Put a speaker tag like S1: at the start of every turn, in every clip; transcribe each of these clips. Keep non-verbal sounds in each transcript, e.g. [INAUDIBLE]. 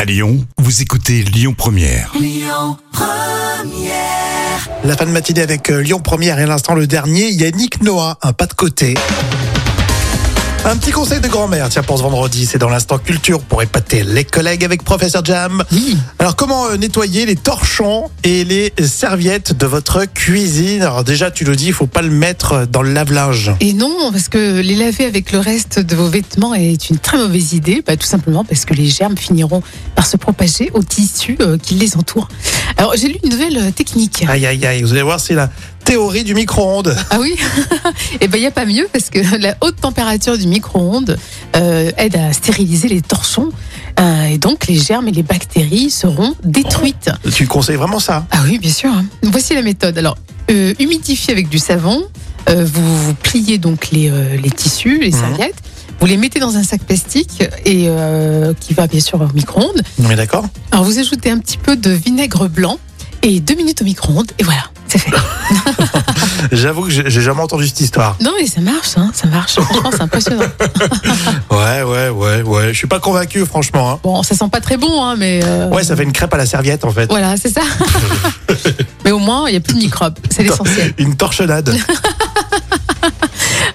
S1: À Lyon, vous écoutez Lyon Première.
S2: La fin de matinée avec euh, Lyon Première et à l'instant le dernier, Yannick Noah, un pas de côté. Un petit conseil de grand-mère, tiens, pour ce vendredi, c'est dans l'instant culture pour épater les collègues avec Professeur Jam. Alors, comment euh, nettoyer les torchons et les serviettes de votre cuisine Alors, déjà, tu le dis, il faut pas le mettre dans le lave-linge.
S3: Et non, parce que les laver avec le reste de vos vêtements est une très mauvaise idée, bah, tout simplement parce que les germes finiront par se propager au tissu euh, qui les entoure. Alors j'ai lu une nouvelle euh, technique.
S2: Aïe, aïe, aïe, vous allez voir, c'est la théorie du micro-ondes.
S3: Ah oui [LAUGHS] Et ben il n'y a pas mieux parce que la haute température du micro-ondes euh, aide à stériliser les torchons euh, et donc les germes et les bactéries seront détruites.
S2: Tu conseilles vraiment ça
S3: Ah oui, bien sûr. hein. Voici la méthode. Alors, euh, humidifiez avec du savon. euh, vous, vous pliez donc les, euh, les tissus, les
S2: Mhm.
S3: serviettes. Vous les mettez dans un sac plastique et euh, qui va bien sûr au micro-ondes.
S2: Non, mais d'accord.
S3: Alors vous ajoutez un petit peu de vinaigre blanc et deux minutes au micro-ondes et voilà, c'est fait.
S2: J'avoue que j'ai j'ai jamais entendu cette histoire.
S3: [LAUGHS] Non mais ça marche, hein, ça [LAUGHS] marche. Franchement, c'est impressionnant.
S2: Ouais, ouais, ouais, ouais. Je suis pas convaincu, franchement. hein.
S3: Bon, ça sent pas très bon, hein, mais euh,
S2: Ouais, ça fait une crêpe à la serviette, en fait.
S3: voilà, c'est [LAUGHS] ça. mais au moins, il y a plus de microbes, c'est l'essentiel.
S2: Une torchonnade.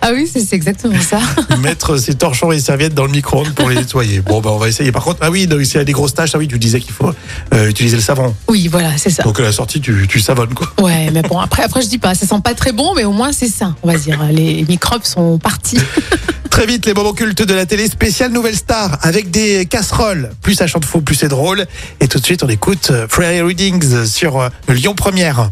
S3: Ah oui, c'est c'est exactement ça.
S2: mettre ses torchons et les serviettes dans le micro-ondes pour les nettoyer. Bon, ben on va essayer. Par contre, ah oui, donc, s'il y a des grosses tâches, ah oui, tu disais qu'il faut euh, utiliser le savon.
S3: Oui, voilà, c'est ça.
S2: Donc à la sortie, tu, tu savonnes, quoi.
S3: Ouais, mais bon, après, après je dis pas, ça sent pas très bon, mais au moins c'est ça, on va dire. Les microbes sont partis.
S2: Très vite, les moments cultes de la télé spéciale Nouvelle Star avec des casseroles. Plus ça chante faux, plus c'est drôle. Et tout de suite, on écoute euh, Prairie Readings sur euh, Lyon Première.